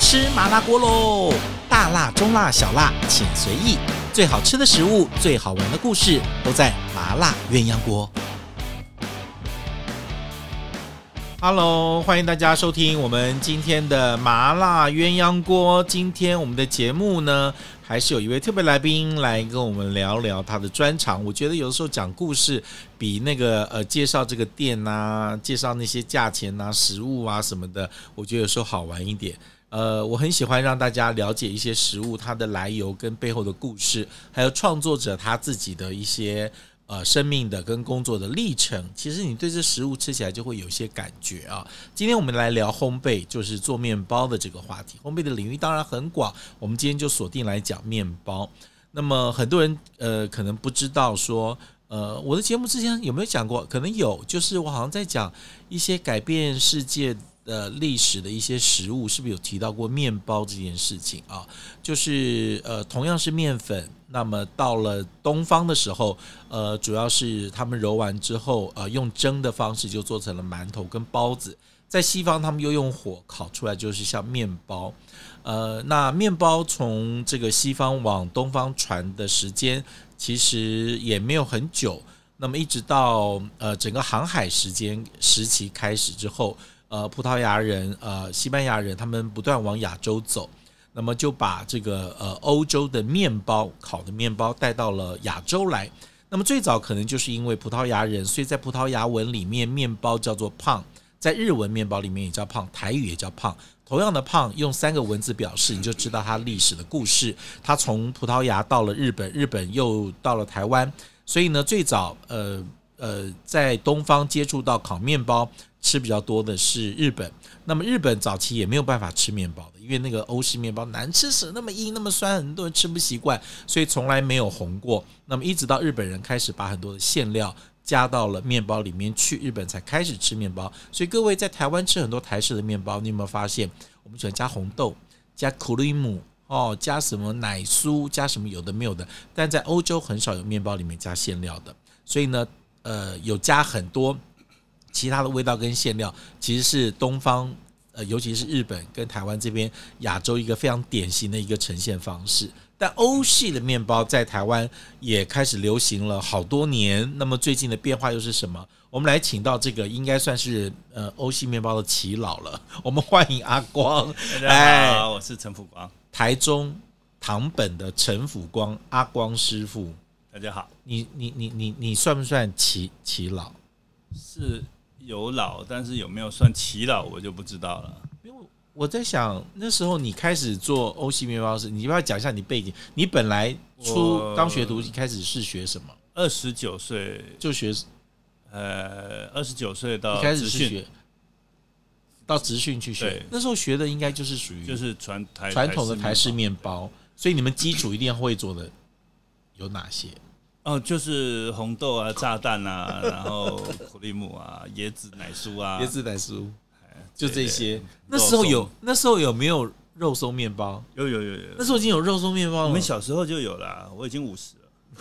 吃麻辣锅喽！大辣、中辣、小辣，请随意。最好吃的食物，最好玩的故事，都在麻辣鸳鸯锅。Hello，欢迎大家收听我们今天的麻辣鸳鸯锅。今天我们的节目呢，还是有一位特别来宾来跟我们聊聊他的专长。我觉得有的时候讲故事比那个呃介绍这个店啊、介绍那些价钱啊、食物啊什么的，我觉得有时候好玩一点。呃，我很喜欢让大家了解一些食物它的来由跟背后的故事，还有创作者他自己的一些呃生命的跟工作的历程。其实你对这食物吃起来就会有一些感觉啊。今天我们来聊烘焙，就是做面包的这个话题。烘焙的领域当然很广，我们今天就锁定来讲面包。那么很多人呃可能不知道说。呃，我的节目之前有没有讲过？可能有，就是我好像在讲一些改变世界的历史的一些食物，是不是有提到过面包这件事情啊？就是呃，同样是面粉，那么到了东方的时候，呃，主要是他们揉完之后，呃，用蒸的方式就做成了馒头跟包子。在西方，他们又用火烤出来，就是像面包。呃，那面包从这个西方往东方传的时间，其实也没有很久。那么一直到呃整个航海时间时期开始之后，呃，葡萄牙人、呃西班牙人他们不断往亚洲走，那么就把这个呃欧洲的面包烤的面包带到了亚洲来。那么最早可能就是因为葡萄牙人，所以在葡萄牙文里面，面包叫做胖。在日文面包里面也叫胖，台语也叫胖。同样的胖，用三个文字表示，你就知道它历史的故事。它从葡萄牙到了日本，日本又到了台湾。所以呢，最早呃呃，在东方接触到烤面包吃比较多的是日本。那么日本早期也没有办法吃面包的，因为那个欧式面包难吃死，那么硬，那么酸，很多人吃不习惯，所以从来没有红过。那么一直到日本人开始把很多的馅料加到了面包里面去，日本才开始吃面包。所以各位在台湾吃很多台式的面包，你有没有发现，我们喜欢加红豆、加苦力姆哦，加什么奶酥，加什么有的没有的，但在欧洲很少有面包里面加馅料的。所以呢，呃，有加很多其他的味道跟馅料，其实是东方。呃，尤其是日本跟台湾这边亚洲一个非常典型的一个呈现方式。但欧系的面包在台湾也开始流行了好多年。那么最近的变化又是什么？我们来请到这个应该算是呃欧系面包的耆老了。我们欢迎阿光，哎大家好，我是陈普光。台中堂本的陈辅光阿光师傅。大家好，你你你你你算不算耆耆老？是有老，但是有没有算齐老，我就不知道了。我在想，那时候你开始做欧系面包时，你要不要讲一下你背景？你本来初我当学徒，一开始是学什么？二十九岁，就学一呃，二十九岁到开始职是训，学到职训去学对。那时候学的应该就是属于就是传台嗯传统的台台式面面包，所以你们基础一定会做的有哪些？包。哦，就是红豆啊、炸弹啊， 然后苦力木啊、椰子奶酥啊，椰子奶酥，哎就这。对些对。那时候肉有那时候有没有肉松面包？有有有有，那时候已经有肉松面包我了们。小时候就有啦，我已经五十了。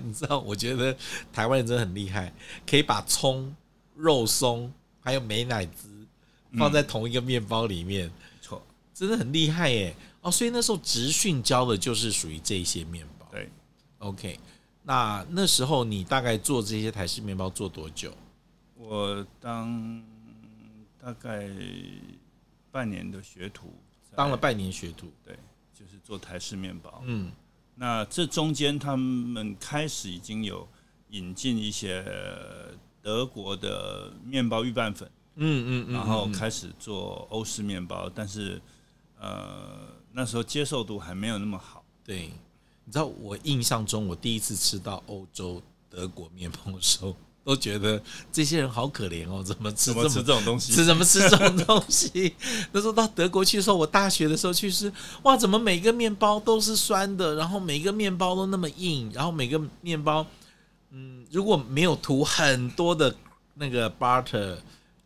你知道，我觉得台湾人真的很厉害，可以把葱、肉松还有美乃滋放在同一个面包里面，没错，真的很厉害耶！哦，所以那时候职训教的就是属于这些面包。对， OK，那那时候你大概做这些台式面包做多久？我当大概半年的学徒，当了半年学徒。就是做台式面包。嗯，那这中间他们开始已经有引进一些呃德国的面包预拌粉，嗯嗯嗯，然后嗯开始做欧式面包，但是呃那时候接受度还没有那么好。对，你知道我印象中，我第一次吃到欧洲德国面包的时候，都觉得这些人好可怜哦，怎么吃怎这么么吃这种东西吃？什么吃这种东西？ 那时候到德国去的时候，我大学的时候去吃，哇，怎么每个面包都是酸的，然后每个面包都那么硬，然后每个面包，嗯，如果没有涂很多的那个 butter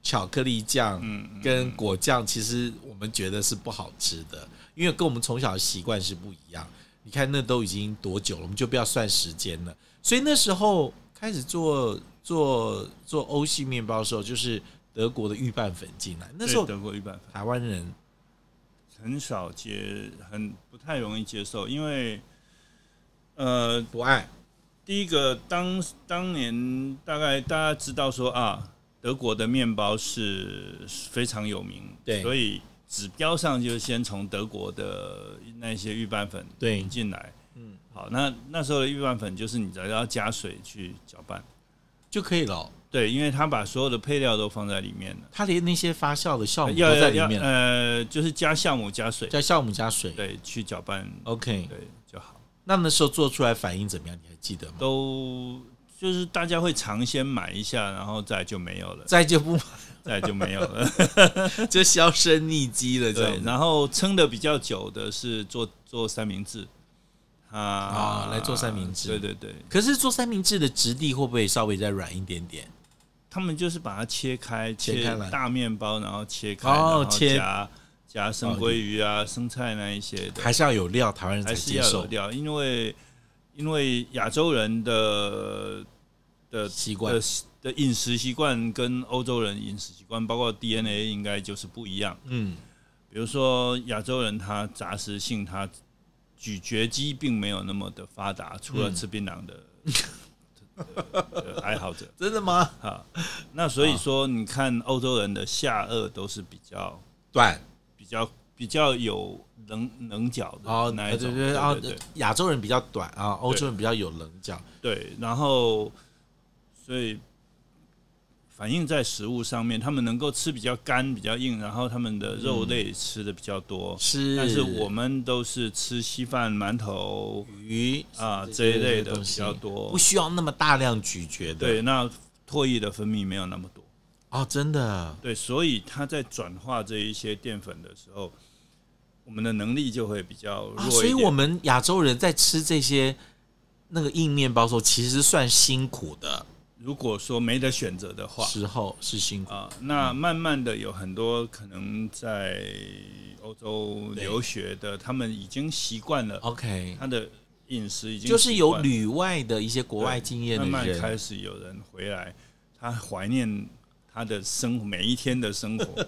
巧克力酱，嗯嗯跟果酱，其实我们觉得是不好吃的，因为跟我们从小的习惯是不一样。你看那都已经多久了，我们就不要算时间了。所以那时候开始做做做欧系面包的时候，就是德国的预拌粉进来。那时候对德国预拌粉台湾人很少接，很不太容易接受，因为呃，不爱，第一个当当年大概大家知道说啊，德国的面包是非常有名，对所以指标上就是先从德国的那些预拌粉对引进来。嗯，好，那那时候的预拌粉就是你只要加水去搅拌，就可以了哦。对，因为它把所有的配料都放在里面了。它连那些发酵的酵母要都在里要面，呃，就是加酵母加水，加哦酵母加水。对，去搅拌， OK，对就好。那那时候做出来反应怎么样？你还记得吗？都就是大家会尝先买一下，然后再就没有了，再就不再就没有了。就销声匿迹了， 这对，样子然后撑的比较久的是做做三明治啊啊来做三明治对对对，可是做三明治的质地会不会稍微再软一点点？他们就是把它切开，切切开来大面包，然后切开，哦然后切哦加加生鲑鱼啊、生菜那一些的，还是要有料，台湾人才还是接要有受料，因为因为亚洲人的的习惯的。的饮食习惯跟欧洲人饮食习惯，包括 DNA 应该就是不一样。嗯，比如说亚洲人他杂食性，他咀嚼肌并没有那么的发达，除了吃槟榔的、 的的爱好者真的吗？哈。那所以说，你看欧洲人的下颚都是比较短比较比较有棱棱角的哦，那对对一种，对，对哦对对，亚洲人比较短啊，欧洲人比较有棱角。对，然后所以反映在食物上面，他们能够吃比较干、比较硬，然后他们的肉类吃的比较多。是，但是我们都是吃稀饭、馒头鱼啊这这一类的东比西较多不。需要那么大量咀嚼的。对，那唾液的分泌没有那么多。哦，真的对，所以它在转化这一些淀粉的时候，我们的能力就会比较弱一点。啊，所以我们亚洲人在吃这些那个硬面包的时候，其实算辛苦的，如果说没得选择的话，时候是辛苦。啊、那慢慢的有很多可能在欧洲留学的，他们已经啊习惯了 OK，他的饮食，已哦经就是有习旅外的一些国惯外经验的慢慢人，开始有人回来，他怀念他的生活，每一天的生 活，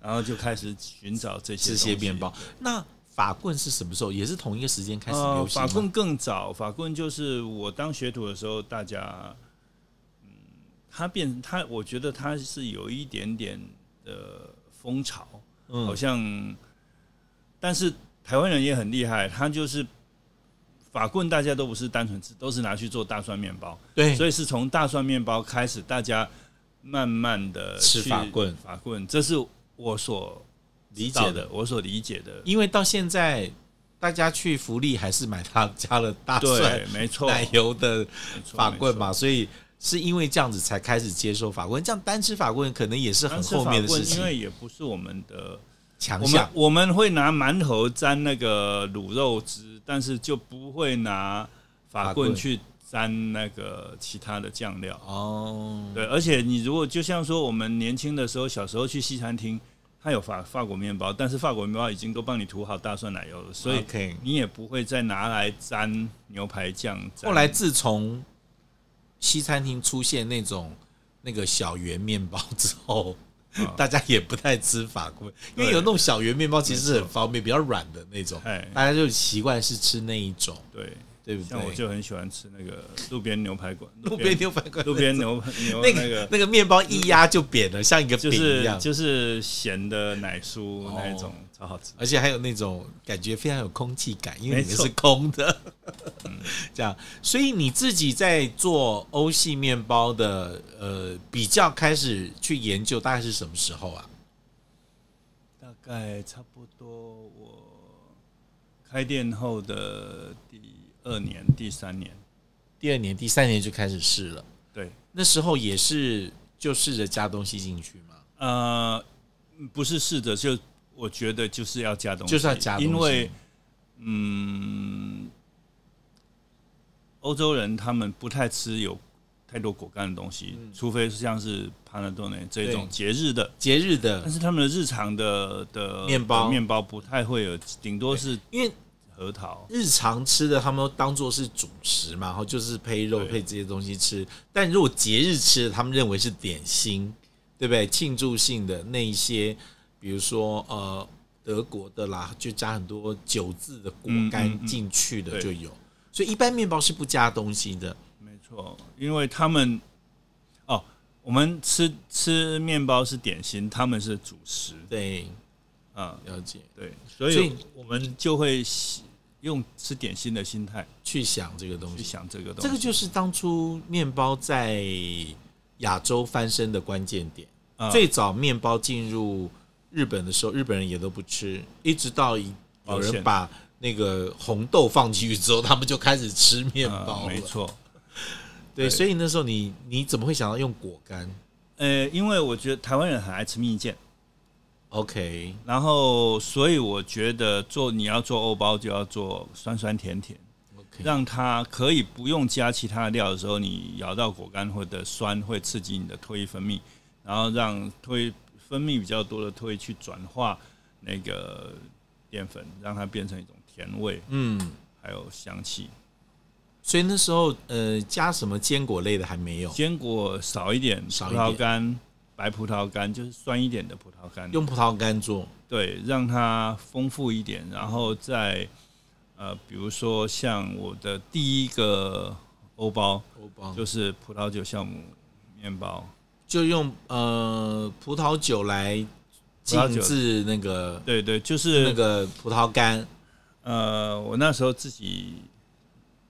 然后就开始寻找这些这东些西面包。那法棍是什么时候？也是同一个时间开始呃，流行法吗？棍更早，法棍就是我当学徒的时候，大家，嗯，他变他，我觉得他是有一点点的风潮，嗯好像，但是台湾人也很厉害，他就是法棍，大家都不是单纯吃，都是拿去做大蒜面包，对，所以是从大蒜面包开始，大家慢慢的吃法棍法棍，这是我所理知道解的的，我所理解的。因为到现在大家去福利还是买他加了大蒜对，没错，奶油的没错法棍没错嘛，所以是因为这样子才开始接受法棍。这样单吃法棍可能也是很当时后面的法棍事情因，为也不是我们的，强我们项我们会拿馒头沾那个卤肉汁，但是就不会拿法法棍棍去沾那个其他的酱料。哦。对，而且你如果就像说我们年轻的时候，小时候去西餐厅，它有法法国面包，但是法国面包已经都帮你涂好大蒜奶油了，所以 OK 你也不会再拿来沾牛排酱。沾后来自从西餐厅出现那种那个小圆面包之后，大家也不太吃法棍，因为啊对有那种小圆面包其实是很方便，比较软的那种，哎大家就习惯是吃那一种，对，对不像我对？就很喜欢吃那个路边牛排馆，路边牛排馆路边牛排 牛那那个个那个面包一压就扁了，像一个就饼一是样，就是咸的奶酥哦那一种，超好吃。而且还有那种感觉非常有空气感，因为没里面错是空的， 这样。所以你自己在做欧系面包的呃比较开始去研究，大概是什么时候啊？大概差不多我开店后的第二年、第三年，第二年、第三年就开始试了，对，那时候也是就试着加东西进去嘛。呃，不是试着就我觉得就是要加东西，就是要加东西因为嗯，欧洲人他们不太吃有太多果干的东西，除非是像是 panettone 这嗯对种节日的。节日但的，是他们的日常的的面包面包不太会有，顶多是因为核桃。日常吃的他们都当做是主食嘛，然后就是配肉对配这些东西吃。但如果节日吃的，他们认为是点心，对不对？庆祝性的那一些，比如说呃德国的啦，就加很多酒渍的果嗯嗯干嗯进去的对就有，所以一般面包是不加东西的。没错，因为他们哦，我们吃吃面包是点心，他们是主食对，啊、了解，对，所所以以我们就会喜用吃点心的心态去想这个东去西，想这个东西。这个就是当初面包在亚洲翻身的关键点。啊最早面包进入日本的时候，日本人也都不吃，一直到一有保人险把那个红豆放进去之后，他们就开始吃面啊包了。没错。对，对所以那时候你你怎么会想到用果干呃，因为我觉得台湾人很爱吃蜜饯， ？OK，然后所以我觉得做你要做欧包就要做酸酸甜甜 OK 让它可以不用加其他的料的时候，你咬到果干或者酸会刺激你的唾液分泌，然后让唾液分泌比较多的唾液去转化那个淀粉，让它变成一种甜味嗯，还有香气。所以那时候呃，加什么坚果类的还没有，坚果少一点，少一葡点萄干、白葡萄干就是酸一点的葡萄干，用葡萄干做。对，让它丰富一点，然后再呃，比如说像我的第一个欧包欧包就是葡萄酒酵母面包，就用呃葡萄酒来葡萄浸酒制那个对对，就那是个葡萄干。呃，我那时候自己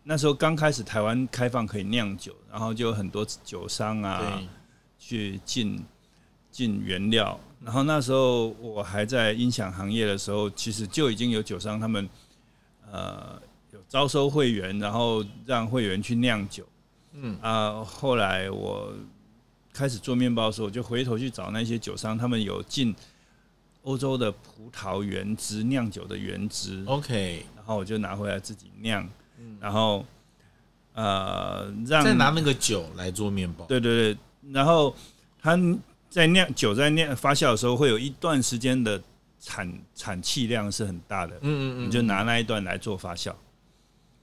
那时候刚开始台湾开放可以酿酒，然后就有很多酒商啊对，去进进原料。然后那时候我还在音响行业的时候，其实就已经有酒商他们呃有招收会员，然后让会员去酿酒。嗯啊、后来我开始做面包的时候，我就回头去找那些酒商，他们有进欧洲的葡萄原汁酿酒的原汁， ，OK，然后我就拿回来自己酿，然后呃让再拿那个酒来做面包。对对对，然后它在酿酒在酿发酵的时候，会有一段时间的产产气量是很大的，嗯嗯你嗯，就拿那一段来做发酵，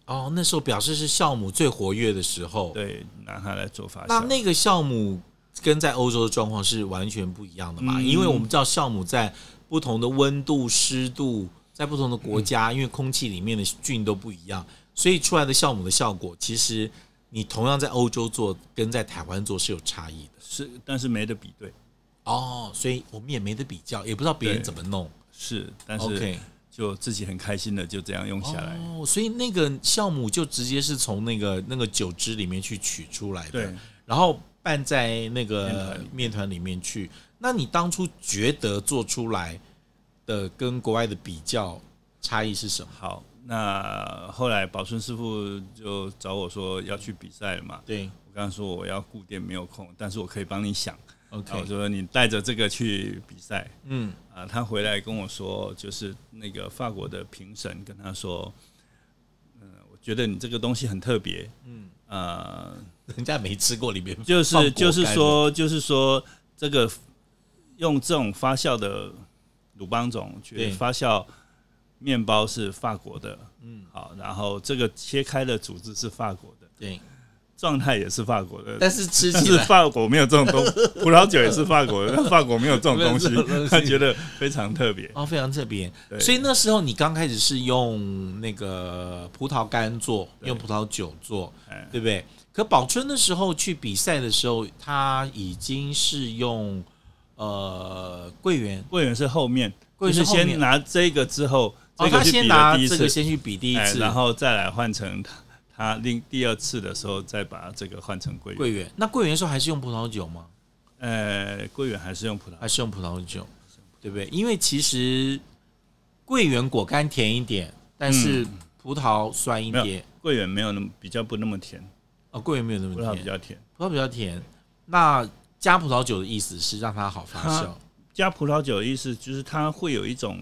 哦，那时候表示是酵母最活跃的时候。对，拿它来做发酵。那那个酵母跟在欧洲的状况是完全不一样的嘛？嗯因为我们知道酵母在不同的温度、湿度，在不同的国嗯家，因为空气里面的菌都不一样，所以出来的酵母的效果，其实你同样在欧洲做跟在台湾做是有差异的。是，但是没得比对，哦，所以我们也没得比较，也不知道别人对怎么弄。是，但是 OK，就自己很开心的就这样用下来。哦，所以那个酵母就直接是从那个那个酒汁里面去取出来的。对，然后拌在那面个团里面团里面去。那你当初觉得做出来的跟国外的比较差异是什么？好，那后来宝顺师傅就找我说要去比赛了嘛，对我刚刚说我要顾店没有空，但是我可以帮你想，然后我，OK，说你带着这个去比赛。嗯，啊，他回来跟我说，就是那个法国的评审跟他说，嗯、我觉得你这个东西很特别，嗯，呃， 人家没吃过里面就放果是干就是的说就是说这个用这种发酵的鲁邦种对去发酵面包是法国的，嗯，好，然后这个切开的组织是法国的，对，状态也是法国的，但是吃但起是来法国没有这种东，葡萄酒也是法国的，但法国没有这种没有东这西种东，西他觉得非常特别。哦非常特别。对所以那时候你刚开始是用那个葡萄干做，用葡萄酒做，哎对不对？可宝春的时候去比赛的时候，他已经是用呃桂圆，桂圆是后面，桂就圆是是后面先拿这个之后，哦，这个他去先比拿了第一这次个，先去比第一哎次，然后再来换成他他另第二次的时候再把这个换成桂圆。桂圆。那桂圆的时候还是用葡萄酒吗？呃，桂圆还是用葡萄还是用葡萄酒，对不对？因为其实桂圆果干甜一点，但是葡萄酸一嗯没点。桂圆没有那么比较不那么甜，哦，桂圆没有那么葡萄比甜，较甜。葡萄比较甜。那加葡萄酒的意思是让它好发酵它加葡萄酒的意思就是它会有一种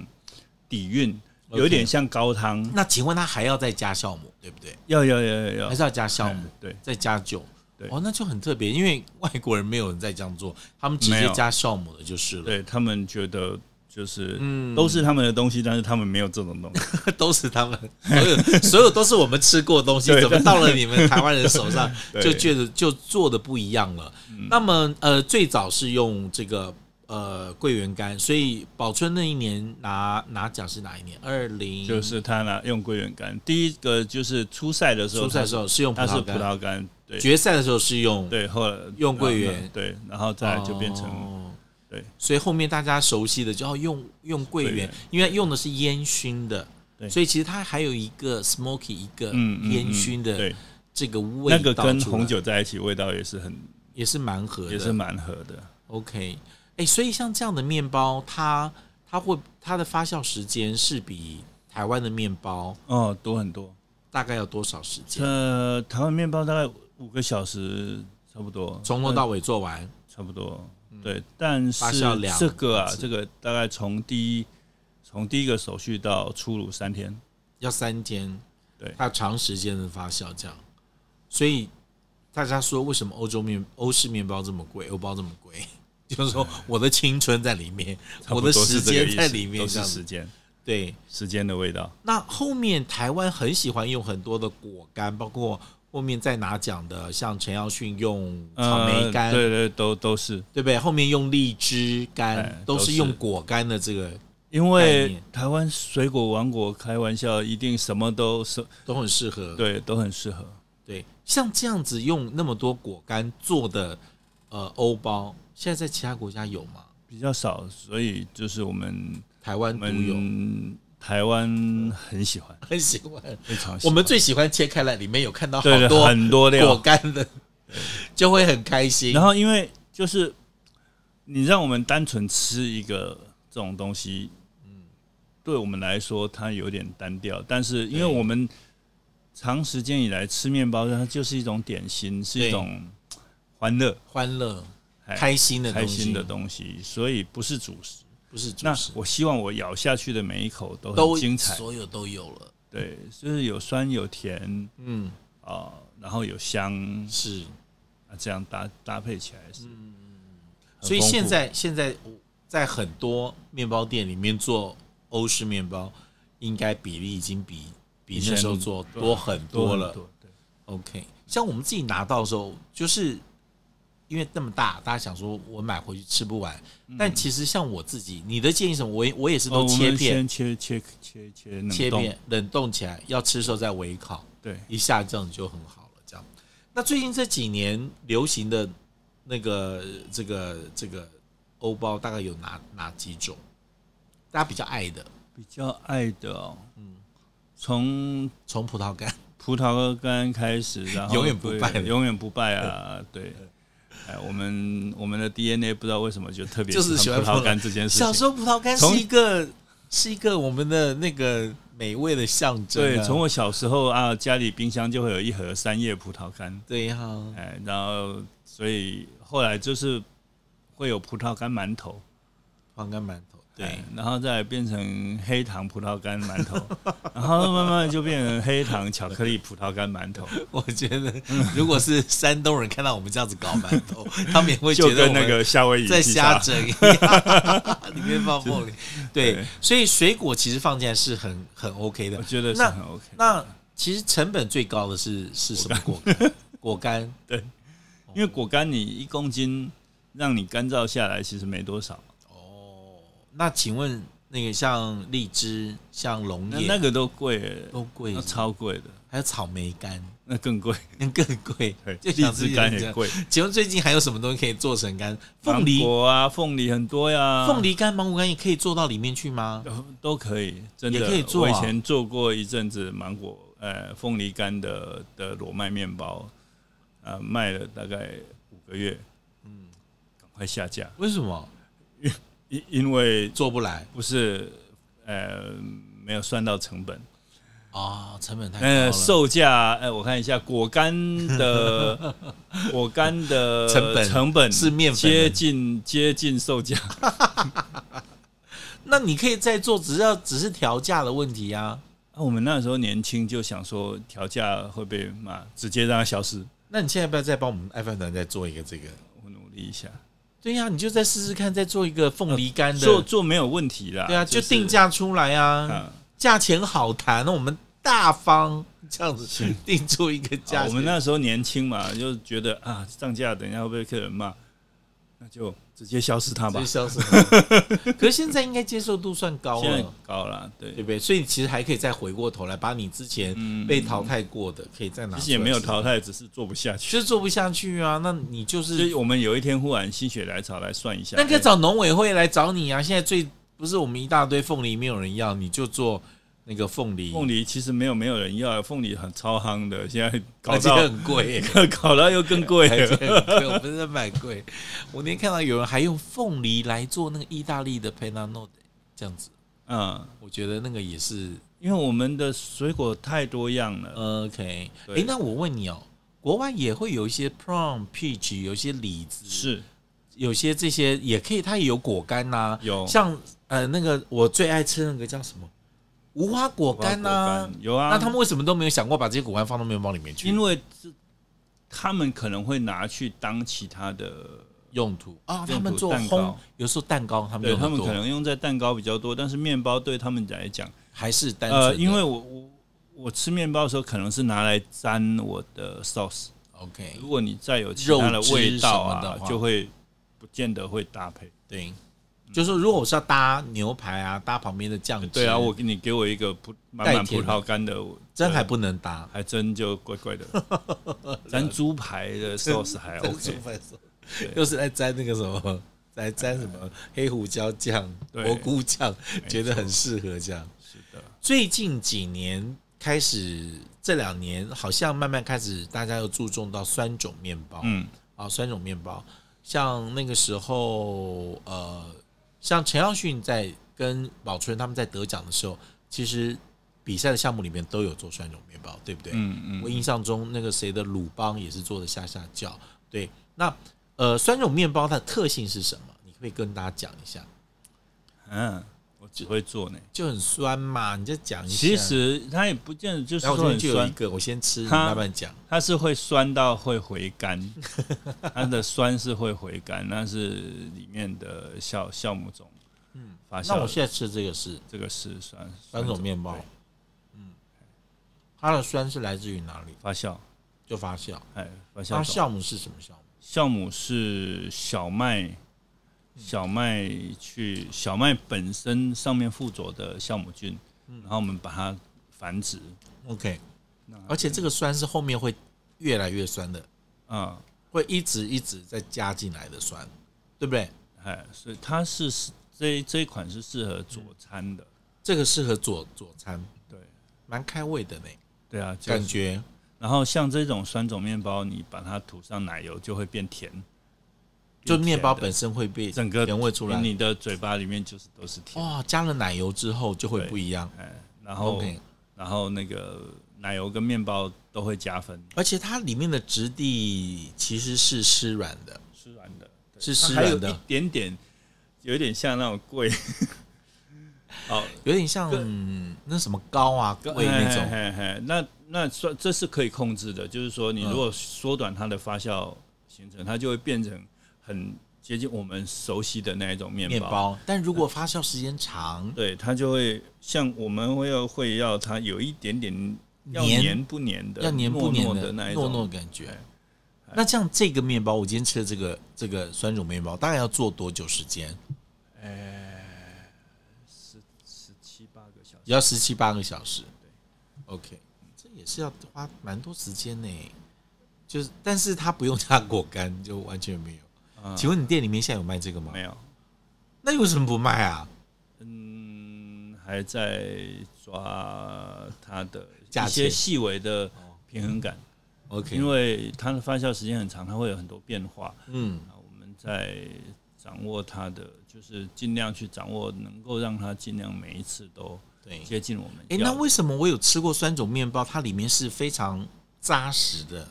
底蕴， OK 有点像高汤。那请问它还要再加酵母，对不对？要要要要要还，是要加酵母哦哎，对再加酒？对哦，那就很特别，因为外国人没有人再这样做，他们直没接有加酵母的就是了，对他们觉得就是嗯都是他们的东西，但是他们没有这种东 西。都是他们，所有所有都是我们吃过的东西，对怎么到了你们台湾人手上 对嗯就觉得就做的不一样了？那么呃，最早是用这个呃桂圆干，所以宝春那一年拿拿奖是哪一年？二零就是他拿用桂圆干。第一个就是初赛的时候，初赛的时候是用葡他是萄葡干，萄干，对决赛的时候是用对，后来用桂圆对，然后再来就变成哦对，所以后面大家熟悉的就要用用桂桂圆圆，因为用的是烟熏的，对所以其实它还有一个 smoky 一个嗯嗯烟熏嗯的对，这个味道那出来，个跟红酒在一起，味道也是很也是蛮合的，也是蛮合的。 OK，哎、所以像这样的面包，它它会它的发酵时间是比台湾的面包哦，多很多。大概要多少时间？呃，台湾面包大概五个小时差不多，从头到尾做完，差不多。对，但是发酵两这个啊，次这个大概从第一从第一个手续到出炉三天，要三天，对它长时间的发酵这样，所以大家说为什么欧洲面欧式面包这么贵，欧包这么贵？就是说，我的青春在里面，嗯 差我不的多时是这个间意思在里面，都这是样时子。间对，时间的味道。那后面台湾很喜欢用很多的果干，包括后面再拿奖的，像陈耀迅用草莓干，呃、对对，都都是，对不对？后面用荔枝哎干，都都是是用果干的这个因概为念台湾水果王国开玩笑，一定什么都是都很适合。对，都很适合。对像这样子用那么多果干做的呃欧包，现在在其他国家有吗？比较少，所以就是我们台湾我独有，们台湾很喜欢，很喜欢。非常喜我欢们最喜欢切开来，里面有看到对好对多很多果料。干的，就会很开心。然后因为就是你让我们单纯吃一个这种东西，嗯，对我们来说它有点单调，但是因为对我们长时间以来吃面包，它就是一种点心，是对一种欢乐。欢乐、哎开心的开东西，心的东西，所以不是主食。不是主那食，我希望我咬下去的每一口都都很精彩，所有都有了。对，就是有酸有甜嗯，啊、然后有香是。啊，这样搭搭配起来是。很嗯所以丰富现在现在我在很多面包店里面做欧式面包，应该比例已经比比以前那时候做多很多多了很。多对 OK，像我们自己拿到的时候，就是因为那么大，大家想说我买回去吃不完，但其实像我自己，你的建议是什么？我也我也是嗯哦，都我切们片、先切切切切冷切冻，片冷冻起来，要吃的时候再微烤。对，一下这样就很好了。这样，那最近这几年流行的那个这个这个欧包大概有哪哪几种？大家比较爱的，比较爱的、哦，嗯，从从葡萄干，葡萄干开始，然后永远不败对永远不败啊，对。哎，我们我们的 DNA 不知道为什么就特别就是喜欢葡萄干这件事小情。时候葡萄干是从一个是一个我们的那个美味的象征啊、对，从我小时候啊，家里冰箱就会有一盒三叶葡萄干，对呀、哎，然后所以后来就是会有葡萄干馒头，葡萄干馒头，对哎，然后再变成黑糖葡萄干馒头， 然后慢慢就变成黑糖巧克力葡萄干馒头，我觉得 如果是山东人看到我们这样子搞馒头，他们也会就觉得我跟们那个夏威夷在披瞎萨整一样，里面放 凤梨。对对，所以水果其实放进来是很很 OK 的我。觉得是那很 OK。那其实成本最高的是是什么果干？果干对，因为果干你一公斤让你干燥下来，其实没多少。哦。那请问那个像荔枝、像龙那眼那个都贵，都贵那，超贵的，还有草莓干那更贵。那更贵对，，就荔想吃枝干人也家。贵，请问最近还有什么东西可以做成干？凤芒梨、果啊，凤梨很多呀，凤梨干、芒果干也可以做到里面去吗？都都可以，真的也可以做啊我以前做过一阵子芒果，呃，凤梨干的的裸麦面包，呃，卖了大概五个月，嗯，赶快下架，为什么因因为做不来不是呃没有算到成本，啊？成本太高呃，了。售价，哎、我看一下，果干的 果干的成本成本是面粉的接近接近售价，那你可以再做，只是要只是调价的问题啊。啊，我们那时候年轻就想说调价会被骂，直接让它消失。那你现在要不要再帮我们爱饭团再做一个这个？我努力一下，对呀、你就再试试看，再做一个凤梨干的，做做没有问题啦。对啊，就是定价出来啊，啊。价钱好谈，那我们大方这样子定出一个价啊钱。我们那时候年轻嘛，就觉得啊，涨价等一下会被客人骂，那就直接消失它吧这。笑死我！ 可是现在应该接受度算高现在了，高了，对对，不对？所以你其实还可以再回过头来，把你之前嗯被淘汰过的，可以再拿。其实也没有淘，汰，只是做不下去。就是做不下去啊。那你就所以是，我们有一天忽然心血来潮来算一下，那可以哎找农委会来找你啊。现在最不是我们一大堆凤梨没有人要，你就做那个凤梨，凤梨其实没有没有人要，凤梨很超夯的，现在搞而且到很贵、 搞到又更贵而且了。很贵，我不是在买贵。我那天看到有人还用凤梨来做那个意大利的 p e n a n o 这样子，嗯，我觉得那个也是因为我们的水果太多样了， OK，哎、对那我问你哦，国外也会有一些 plum、peach，有一些李子，是有些这些也可以，它也有果干呐、有像呃那个我最爱吃那个叫什么无花果干呐、果干有啊。那他们为什么都没有想过把这些果干放到面包里面去因为这他们可能会拿去当其他的，用途啊？用途他们做蛋糕烘，有时候蛋糕他们对用他很们可多，能用在蛋糕比较多，但是面包对他们来讲，还是单纯的、呃，因为我我我吃面包的时候可能是拿来沾我的 sauce， OK 如果你再有其他的肉汁味道什么的啊话，就会不见得会搭配。对，就是说如果我是要搭牛排啊，搭旁边的酱汁，对啊，我给你给我一个葡满满带葡甜的萄干的，真还不能搭。还真就怪怪的。 咱猪排的 sauce 还 OK，白手，又是在沾那个什么，来沾什么黑胡椒酱、对蘑菇酱，错觉得很适合这样。是的，最近几年开始，这两年好像慢慢开始，大家又注重到酸种面包，嗯，啊，酸种面包，像那个时候，呃，像陈耀迅在跟宝春他们在得奖的时候，其实比赛的项目里面都有做酸种面包，对不对？嗯嗯我印象中那个谁的鲁邦也是做的下下叫，对。那呃，酸种面包它的特性是什么？你可不可以跟大家讲一下，嗯，我只会做呢。就很酸嘛，你就讲一下。其，实它也不见得就是然后说我这边就很有一酸，个，我先吃，你它慢慢讲。它是会酸到会回甘， 它的酸是会回甘，那是里面的酵酵母种，嗯，发那我酵的现在吃这个是这个是酸酸种面包，对嗯，它的酸是来自于哪里？发酵，就发酵。哎，发酵它种酵母是什么酵母？酵母是小麦，小麦去小麦本身上面附着的酵母菌，然后我们把它繁殖， OK，而且这个酸是后面会越来越酸的，嗯，会一直一直在加进来的酸，对不对？哎，所以它是这这一款是适合佐餐的，这个适合佐佐餐，对蛮开胃的呢，对啊，就是感觉然后像这种酸种面包，你把它涂上奶油就会变甜，就变甜的面包本身会被整个甜味出来。你的嘴巴里面就是都是甜，哇，加了奶油之后就会不一样。哎，然后 OK，然后那个奶油跟面包都会加分，而且它里面的质地其实是湿软的，湿软的，是对它湿还有软一的，点点，有点像那种 桂，哦，有点像对嗯那什么糕啊桂那嘿种。嘿嘿哎那那算这是可以控制的，就是说你如果缩短它的发酵行程，它就会变成很接近我们熟悉的那一种面面包，但如果发酵时间长，对，它就会像我们会要会要它有一点点要黏黏不黏的，要黏不黏糯糯的那糯一种哎糯感觉。那像这个面包，我今天吃的这个这个酸乳面包，大概要做多久时间？哎十七八个小时。也要十七八个小时。OK，这也是要花蛮多时间呢。就是，但是它不用加果干，就完全没有。嗯请问你店里面现在有卖这个吗？没有，那你为什么不卖啊？嗯，还在抓它的价一些钱哦细微的平衡感， OK，因为它的发酵时间很长，它会有很多变化。嗯，那我们在掌握它的，就是尽量去掌握，能够让它尽量每一次都对。接近我们哎、要的。那为什么我有吃过酸种面包，它里面是非常扎实的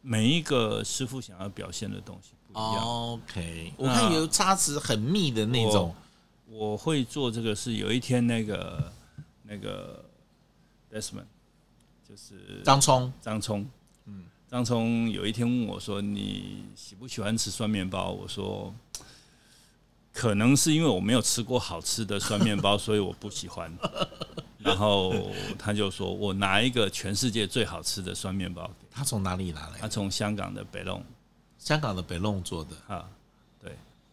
每一个师傅想要表现的东西不一哦样。 ？OK，我看有扎实很密的那种。我会做这个是有一天那个那个 Desmond，就是张葱，张聪，嗯，张聪有一天问我说：“你喜不喜欢吃酸面包？”我说：“可能是因为我没有吃过好吃的酸 面包，所以我不喜欢。” 然后他就说：“我拿一个全世界最好吃的酸面包给他从哪里拿你来他，？从香港的北弄香港的北弄做的。啊，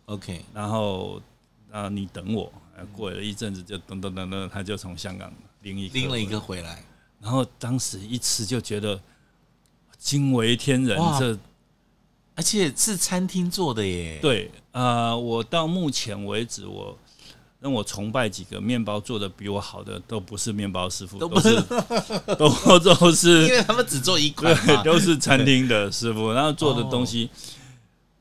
OK，然后啊，你等我。呃过了一阵子，就噔噔噔噔，他就从香港拎一颗拎了一回来个回来，然后当时一吃就觉得惊为天人哇。这而且是餐厅做的耶。，对，呃，我到目前为止，我让我崇拜几个面包做的比我好的，都不是面包师傅，都都不是 都都 因是为他啊们只做一款嘛对，。都是餐厅的师傅，然后做的东哦西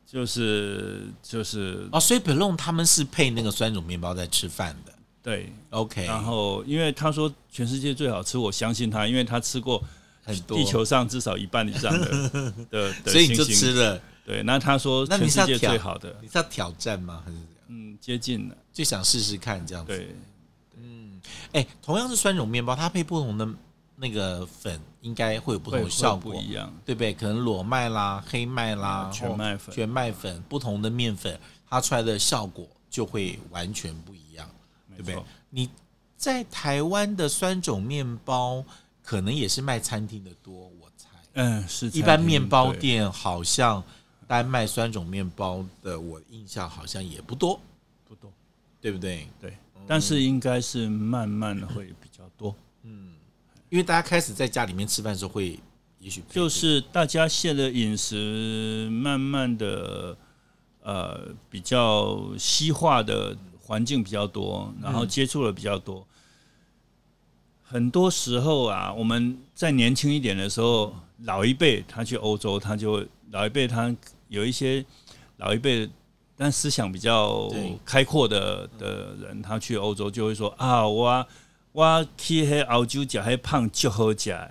就是就是哦，所以 b e l o n 他们是配那个酸乳面包在吃饭的。对。 OK，然后因为他说全世界最好吃，我相信他，因为他吃过很多地，球上至少一半以上 的的的所以你就星星吃了。对，那他说那你全是要世界挑最好的，你是要挑战吗？还是怎样嗯，接近了，就想试试看这样子？对，哎、同样是酸乳面包，它配不同的那个粉，应该会有不同会的会效不果，一样。啊对不对？可能裸麦啦、黑麦啦、全或麦粉全麦粉，不同的面粉，它出来的效果就会完全不一样，对没不错对？你在台湾的酸种面包，可能也是卖餐厅的多，我猜。嗯，是一般面包店好像单卖酸种面包的，我印象好像也不多，对不多，对不对？对，但是应该是慢慢会比较多。因为大家开始在家里面吃饭的时候会，也许配这就个是大家现在饮食慢慢的呃比较西化的环境比较多，然后接触了比较多。很多时候啊，我们在年轻一点的时候，老一辈他去欧洲，他就会老一辈他有一些老一辈，但思想比较对开阔的的人，他去欧洲就会说啊，我我去黑澳洲吃黑胖就喝吃的，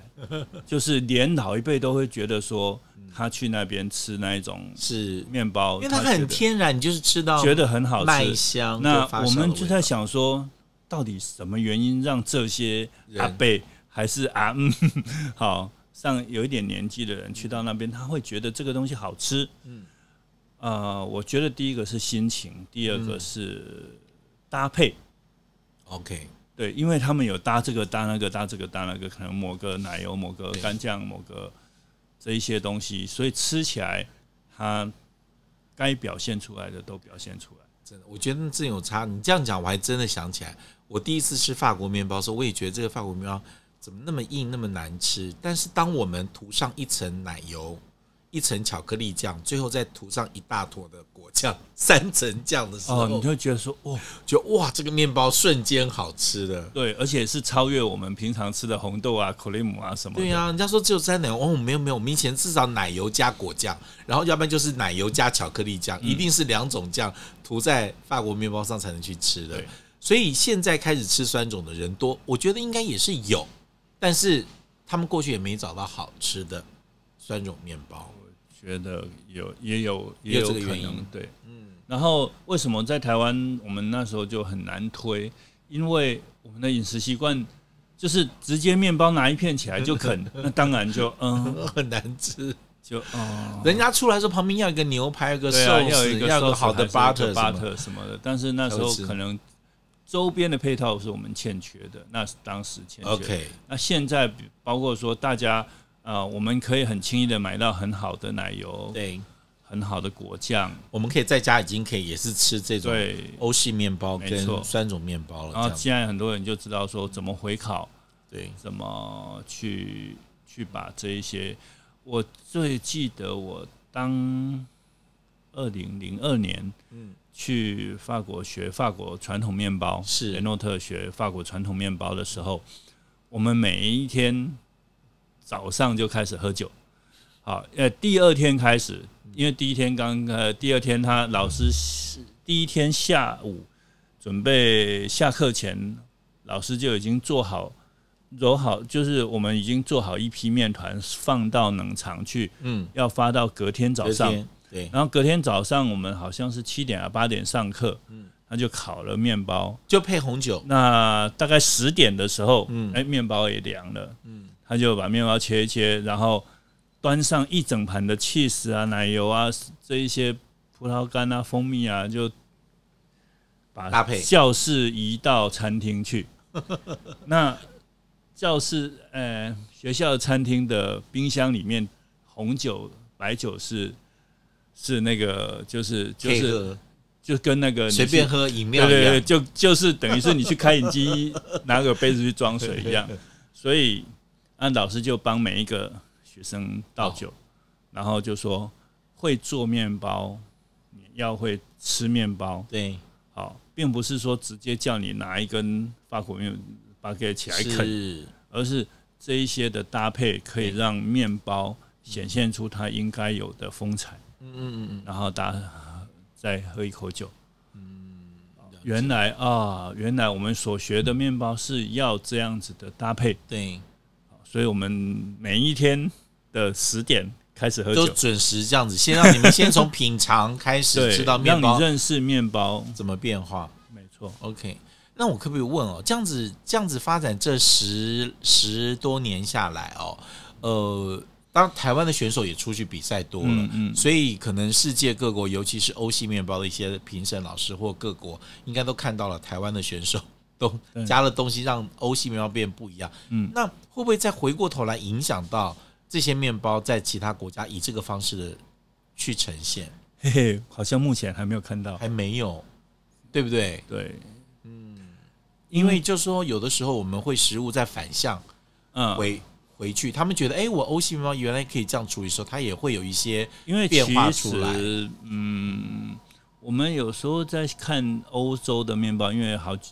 就是连老一辈都会觉得说，他去那边吃那一种是面包，因为它很天然，你就是吃到觉得，觉得很好麦吃。香。那就发酵我的们味就在道想说，到底什么原因让这些人阿贝还是阿嗯好上有一点年纪的人去到那边，他会觉得这个东西好吃。嗯，呃，我觉得第一个是心情，第二个是搭配。 OK，对，因为他们有搭这个搭那个搭这个搭那个，可能抹个奶油、抹个干酱、抹个这一些东西，所以吃起来它该表现出来的都表现出来。真的，我觉得真有差。你这样讲，我还真的想起来，我第一次吃法国面包的时候，我也觉得这个法国面包怎么那么硬，那么难吃。但是当我们涂上一层奶油。一层巧克力酱，最后再涂上一大坨的果酱，三层酱的时候，哦，你就会觉得说，哦，觉得哇，这个面包瞬间好吃了。对，而且是超越我们平常吃的红豆啊、克里姆啊什么的。对呀、人家说只有沾奶油，哦，没有没有，我们以前至少奶油加果酱，然后要不然就是奶油加巧克力酱，嗯一定是两种酱涂在法国面包上才能去吃的对。所以现在开始吃酸种的人多，我觉得应该也是有，但是他们过去也没找到好吃的酸种面包。 觉得有也有也也有有这个可原因能对，嗯。然后为什么在台湾我们那时候就很难推？因为我们的饮食习惯就是直接面包拿一片起来就啃， 那当然就嗯很难吃，就哦，人家出来的时候旁边要一个牛排，有个寿对啊，要有一司，个要有 sauce 好的还是 butter 有什么的 butter 什么的，但是那时候才会吃可能周边的配套是我们欠缺的，那是当时欠缺的。 OK，那现在比包括说大家呃，我们可以很轻易的买到很好的奶油，对，很好的果酱，我们可以在家已经可以也是吃这种对。欧系面包没跟错啊酸种面包了，然这后样子现在很多人就知道说怎么回烤，对。怎么去去把这一些。我最记得我当二零零二年，嗯，去法国学法国传统面包，是雷诺特学法国传统面包的时候，我们每一天早上就开始喝酒。好，呃，第二天开始，因为第一天刚呃，第二天他老师是第一天下午准备下课前，老师就已经做好揉好，就是我们已经做好一批面团，放到冷藏去，嗯，要发到隔天早上。隔天对，然后隔天早上我们好像是七点啊八点上课，嗯，他就烤了面包。就配红酒，那大概十点的时候，嗯，哎，面包也凉了，嗯，他就把面包切一切，然后端上一整盘的 cheese 啊、奶油啊这一些葡萄干啊、蜂蜜啊，就把搭配教室移到餐 厅去。那教室呃学校餐厅的冰箱里面，红酒、白酒是是那个就是就配是合就跟那个你随去便喝饮料一对对对，样，就就是等于是你去开饮机 拿个杯子去装水一样。所以，安老师就帮每一个学生倒酒，然后就说会做面包，你要会吃面包。对，好，并不是说直接叫你拿一根法国面把它给起来啃，是而是这一些的搭配可以让面包显现出它应该有的风采。嗯嗯嗯然后大家再喝一口酒。嗯，原来啊，原来我们所学的面包是要这样子的搭配，对，所以我们每一天的十点开始喝都酒，准时这样子，先让你们先从品尝开始，对，知道面让包你认识面包，怎么变化。没错。 OK，那我可不可以问哦，这样子这样子发展这十十多年下来哦，呃，当台湾的选手也出去比赛多了，嗯嗯所以可能世界各国，尤其是欧系面包的一些评审老师或各国，应该都看到了台湾的选手都 对加了东西，让欧系面包变不一样。嗯那会不会再回过头来影响到这些面包在其他国家以这个方式的去呈现？嘿嘿，好像目前还没有看到。还没有，对不对？对，因为就说有的时候我们会食物在反向嗯，回、回去，他们觉得哎、诶我欧系面包原来可以这样处理的时候，它也会有一些因为变其化出来实，嗯，我们有时候在看欧洲的面包，因为好几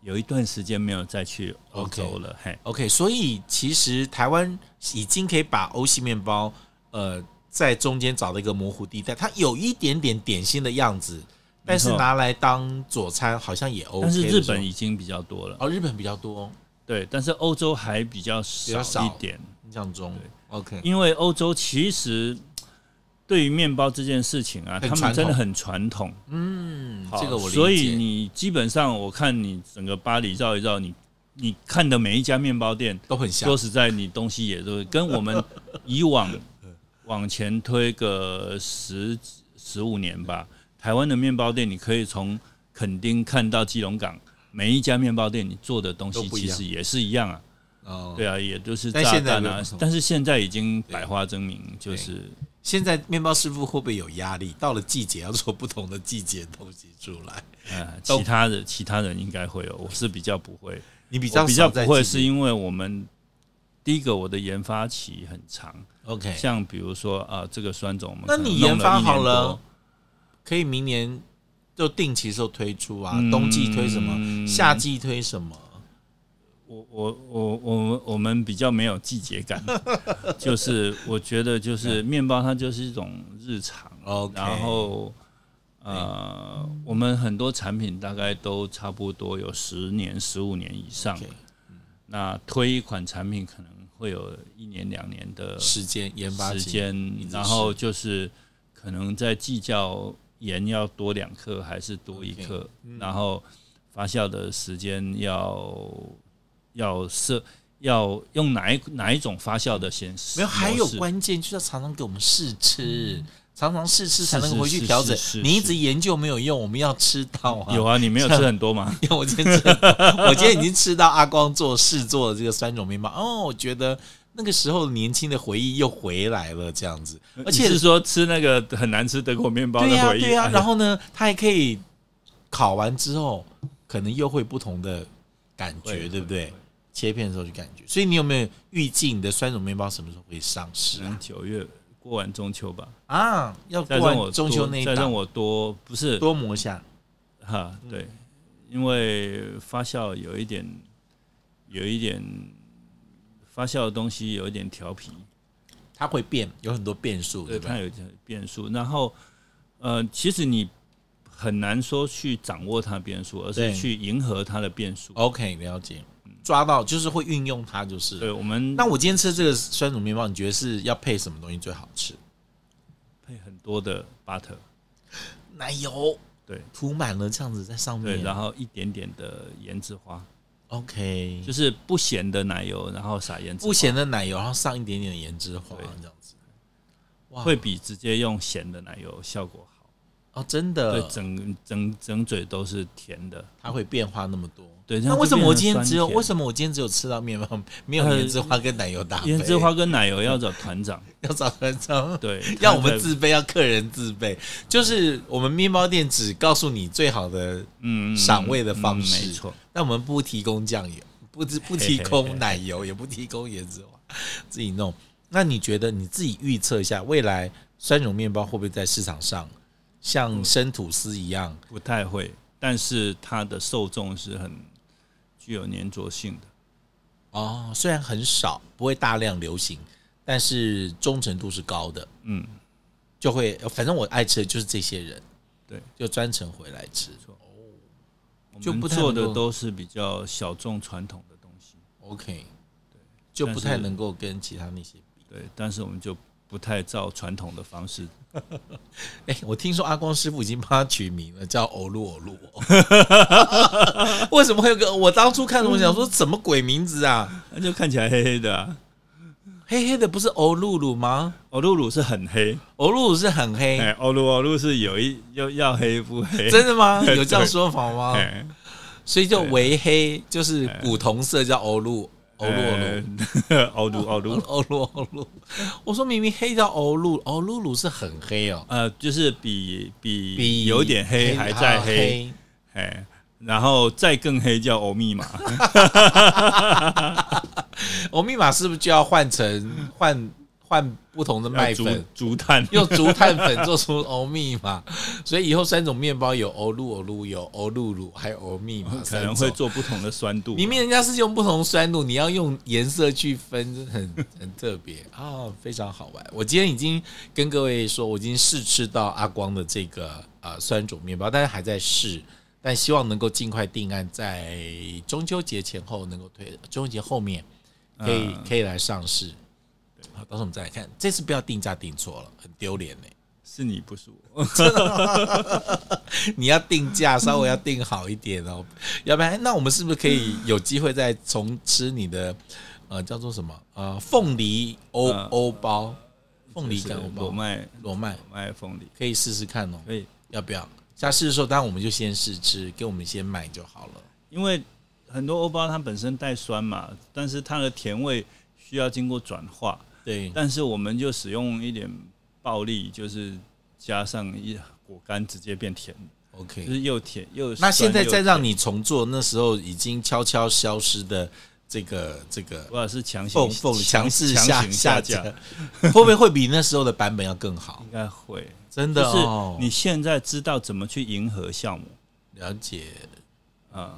有一段时间没有再去欧 OK 洲了，嘿， OK，所以其实台湾已经可以把欧系面包呃在中间找到一个模糊地带，它有一点点点心的样子，但是没错拿来当佐餐好像也 OK 但的时是候。日本已经比较多了。哦，日本比较多，对，但是欧洲还比较较少少一点，印象中 OK 因为欧洲其实对于面包这件事情啊，很他传统们真的很传统。嗯，好这个我理解。所以你基本上我看你整个巴黎绕一绕，你你看的每一家面包店，都很像说，实在，你东西也都跟我们以往 往前推个十十五年吧，台湾的面包店，你可以从垦丁看到基隆港，每一家面包店你做的东都西不一其样实也是一样啊。哦，对啊，也就是但炸现在弹没有啊什么，但是现在已经百花争鸣，对就是现在面包师傅会不会有压力？到了季节要做不同的季节的东西出来，呃，都其他的其他人应该会有，我是比较不会，你比比较比较少在不会，季节是因为我们第一个我的研发期很长， OK，像比如说啊、这个酸种我们哎那可能你弄研发一年好了多，可以明年就定期时候推出啊，嗯冬季推什么，夏季推什么，我我我我们我们比较没有季节 感，就是我觉得就是面包它就是一种日常嗯 OK 嗯然后呃，我们很多产品大概都差不多有十年、十五年以上 OK 那推一款产品可能会有一年、两年的时间研发时期间直，然后就是可能在计较盐要多两克还是多一克嗯然后发酵的时间要要设要用哪一哪一种发酵的先没有，还有模式关键就是要常常给我们试吃，常常试吃才能是回去嗯是调整是是。你一是直研究没有用，我们要吃到啊。有啊，你没有吃很多吗？因为我今天吃，我今天已经吃到阿光做试做的这个酸种面包，哦，我觉得那个时候年轻的回忆又回来了，这样子， 而且你是说吃那个很难吃德国面包对的呀、回忆，对 呀、哎然后呢，它还可以烤完之后，可能又会不同的感觉，会对不对？切片的时候就感觉，所以你有没有预计你的酸种面包什么时候会上市可啊能？九月过完中秋吧，啊，要再过让我完中多秋那一再让档我多不是多磨一下，哈，嗯对，因为发酵有一点，有一点发酵的东西有一点调皮，它会变，有很多变数，对吧它？有一点变数。然后，呃，其实你很难说去掌握它的变数，而对是去迎合它的变数。 OK，了解，抓到就是会运用它就是了。对，我们那我今天吃这个酸乳面包，你觉得是要配什么东西最好吃？配很多的 butter，奶油对涂满了这样子在上对，面然后一点点的盐渍花，嗯，OK，就是不咸的奶油，然后撒盐渍花，不咸的奶油，然后上一点点的盐汁花对这样子。哇，会比直接用咸的奶油效果好。哦，真对的，，整整整嘴都是甜的。它会变化那么多。对，那为什么我今天只有为么什么我今天只有吃到面包， 没有呃盐之花跟奶油搭配？胭脂呃花跟奶油要找团长？要找人装，对， 要他我们在自备，要客人自备，就是我们面包店只告诉你最好的，嗯嗯赏味的方嗯式没错。但我们不提供酱油，不只不提供奶油，也不提供盐之花，自己弄。那你觉得你自己预测一下，未来酸乳面包会不会在市场上嗯像生吐司一样？不太会，但是它的受众是很具有粘着性的。哦，虽然很少，不会大量流行，但是忠诚度是高的，嗯，就会反正我爱吃的就是这些人，对，就专程回来吃。我就们不太做能的够都是比较小众传统的东西， OK，就但不太是能够跟其他那些比。对，但是我们就不太照传统的方式。哎、我听说阿光师傅已经帮他取名了，叫欧露欧露。哦 为什么会有个？我当初看了，我想说什么鬼名字啊？那就看起来黑黑的、啊。黑黑的不是欧露露吗？欧露露是很黑，欧露露是很黑，哎，欧露欧露是有一又要黑不黑，真的吗？有这样 对说法吗？哎所以就微黑，就是古铜色叫欧露欧露欧露。呃 欧露欧露，欧露欧露，我说明明黑叫欧露，欧露露是很黑哦，呃，就是比比比啊有点黑还在黑，黑哎，然后再更黑叫欧 密码，我密码是不是就要换成换换不同的麦要竹粉，竹炭，用竹炭粉做出欧密码？所以以后三种面包有欧露欧露，有欧露露，还有欧密码， 可三能会种。做不同的酸度。明明人家是用不同酸度，你要用颜色去分，真的很 很特别啊、非常好玩。我今天已经跟各位说，我已经试吃到阿光的这个呃酸种面包，但是还在试，但希望能够尽快定案，在中秋节前后能够推，中秋节后面可以、嗯可以来上市。好，到时候我们再来看，这次不要定价定错了，很丢脸呢。是你不是我，你要定价稍微要定好一点哦，要不然那我们是不是可以有机会再重吃你的呃叫做什么呃凤梨欧嗯欧包，凤梨就是干欧裸包麦罗曼裸麦凤梨，可以试试看哦，可以，要不要？下次的时候，当然我们就先试吃，给我们先买就好了。因为很多欧包它本身带酸嘛，但是它的甜味需要经过转化，对，但是我们就使用一点暴力，就是加上一果干直接变甜，就 OK。是又甜又那现在再在让你重做那时候已经悄悄消失的这个这个或者是强行凤凤强势强下行下架 架，，会不会会比那时候的版本要更好？应该会。真的就哦是，你现在知道怎么去迎合酵母，了解，啊，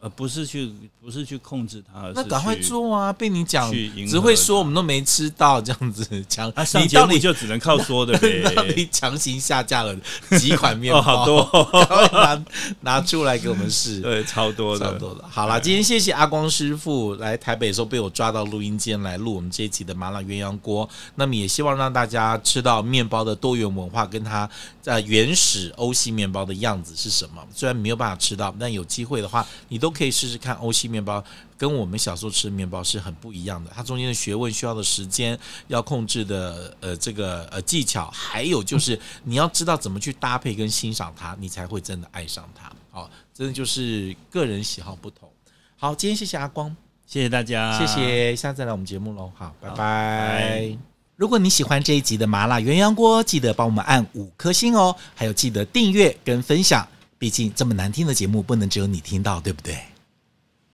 而不是去不是去控制它，而那是赶快去。做啊！被你讲去迎，合只会说我们都没吃到这样子强，啊，上你节到目底 就只能靠说的到呗。底强行下架了几款面包？ 哦，好多、哦，赶快 拿拿出来给我们试。对，哎超多差的不。多了。好啦，今天谢谢阿光师傅来台北的时候被我抓到录音间来录我们这一期的麻辣鸳鸯锅。那么也希望让大家吃到面包的多元文化跟它在原始欧系面包的样子是什么。虽然没有办法吃到，但有机会的话，你都可以试试看欧系面包。跟我们小时候吃的面包是很不一样的，它中间的学问、需要的时间、要控制的呃这个呃技巧，还有就是你要知道怎么去搭配跟欣赏它，你才会真的爱上它。好、真的就是个人喜好不同。好，今天谢谢阿光，谢谢大家，谢。谢，下次再来我们节目喽。啊好，拜拜。拜如果你喜欢这一集的麻辣鸳鸯锅，记得帮我们按五颗星哦，还有记得订阅跟分享，毕竟这么难听的节目不能只有你听到，对不对？